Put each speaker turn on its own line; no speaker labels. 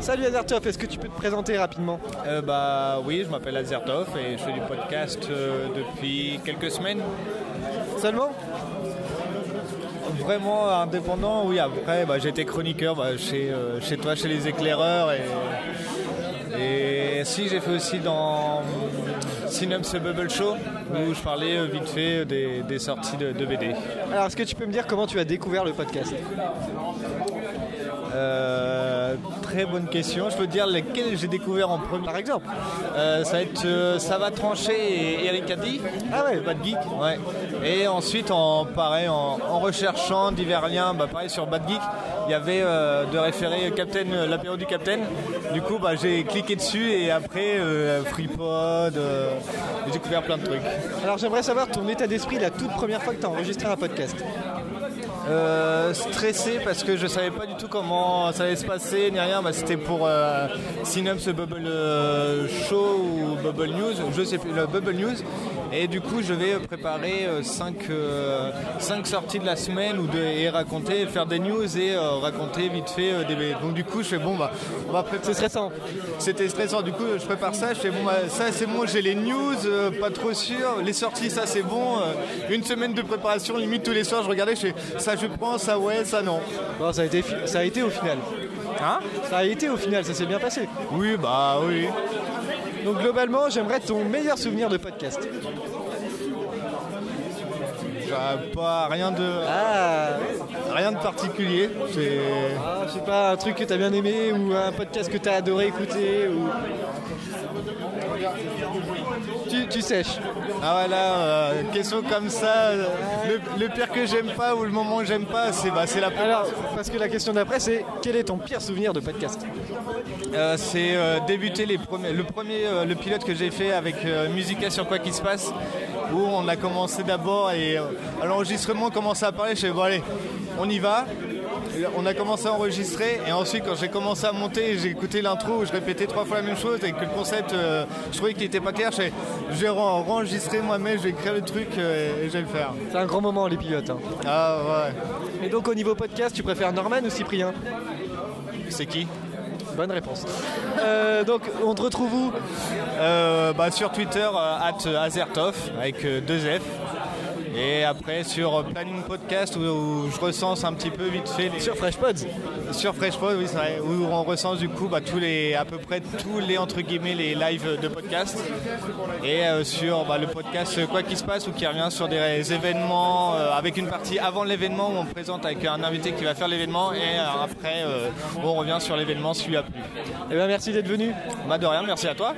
Salut Azertov, est-ce que tu peux te présenter rapidement
Euh, bah oui, je m'appelle Azertov et je fais du podcast euh, depuis quelques semaines.
Seulement
Vraiment indépendant, oui. Après, bah, j'étais chroniqueur bah, chez, euh, chez toi, chez les éclaireurs. Et, et si, j'ai fait aussi dans Cinem The Bubble Show, où je parlais euh, vite fait des, des sorties de, de BD.
Alors est-ce que tu peux me dire comment tu as découvert le podcast
Euh, très bonne question. Je peux te dire lequel j'ai découvert en premier.
Par exemple
Euh, ça va être euh, Ça va trancher et Eric Addy.
Ah ouais.
Le Bad Geek. Ouais. Et ensuite, en, pareil, en, en recherchant divers liens, bah, pareil sur Bad Geek, il y avait euh, de référer Captain, euh, l'apéro du Captain. Du coup, bah, j'ai cliqué dessus et après, euh, FreePod, euh, j'ai découvert plein de trucs.
Alors j'aimerais savoir ton état d'esprit la toute première fois que tu as enregistré un podcast.
Euh, stressé parce que je savais pas du tout comment ça allait se passer ni rien. Bah, c'était pour euh, Synapse Bubble euh, Show ou Bubble News, je sais plus, le Bubble News. Et du coup, je vais préparer euh, 5 sorties de la semaine ou de, et raconter, faire des news et euh, raconter vite fait euh, des. Donc du coup, je fais bon bah, on va préparer.
C'est stressant.
C'était stressant. Du coup, je prépare ça. Je fais bon, bah, ça c'est bon. J'ai les news, euh, pas trop sûr. Les sorties, ça c'est bon. Euh, une semaine de préparation, limite tous les soirs, je regardais. Je fais ça, je prends, ça ouais, ça non.
Bon, ça a été, fi- ça a été au final.
Hein
Ça a été au final, ça s'est bien passé.
Oui, bah oui.
Donc globalement, j'aimerais ton meilleur souvenir de podcast.
J'ai pas rien de
Ah,
rien de particulier. C'est
ah, je sais pas, un truc que t'as bien aimé ou un podcast que t'as adoré écouter ou. Tu, tu sèches.
ah voilà, euh, question comme ça. euh, Le, le pire que j'aime pas ou le moment que j'aime pas, c'est bah c'est la.
Alors, parce que la question d'après, c'est quel est ton pire souvenir de podcast
Euh, c'est euh, débuter les premiers, le premier euh, le pilote que j'ai fait avec euh, Musica sur quoi qu'il se passe où on a commencé d'abord et euh, à l'enregistrement on commençait à parler je fais bon allez on y va Et on a commencé à enregistrer et ensuite quand j'ai commencé à monter j'ai écouté l'intro où je répétais trois fois la même chose et que le concept euh, je trouvais qu'il était pas clair je fais, je vais re- enregistrer moi-même je vais créer le truc euh, et je vais le faire
C'est un grand moment, les pilotes. hein.
ah ouais
Et donc, au niveau podcast, tu préfères Norman ou Cyprien
c'est qui
Bonne réponse. Euh, donc, on te retrouve où
Euh, bah, sur Twitter, at Azertov, avec euh, deux F. Et après sur euh, Planning Podcast, où, où je recense un petit peu vite fait.
Sur
les-
Eh
Sur,
FreshPods.
FreshPod, oui, c'est vrai, où on recense du coup bah, tous les, à peu près tous les, entre guillemets, les lives de podcast. Et euh, sur bah, le podcast euh, Quoi qu'il se passe, ou qui revient sur des événements, euh, avec une partie avant l'événement, où on présente avec un invité qui va faire l'événement, et euh, après, euh, on revient sur l'événement, s'il lui a plu.
Eh bien, ben, merci d'être venu.
Bah, de rien, merci à toi.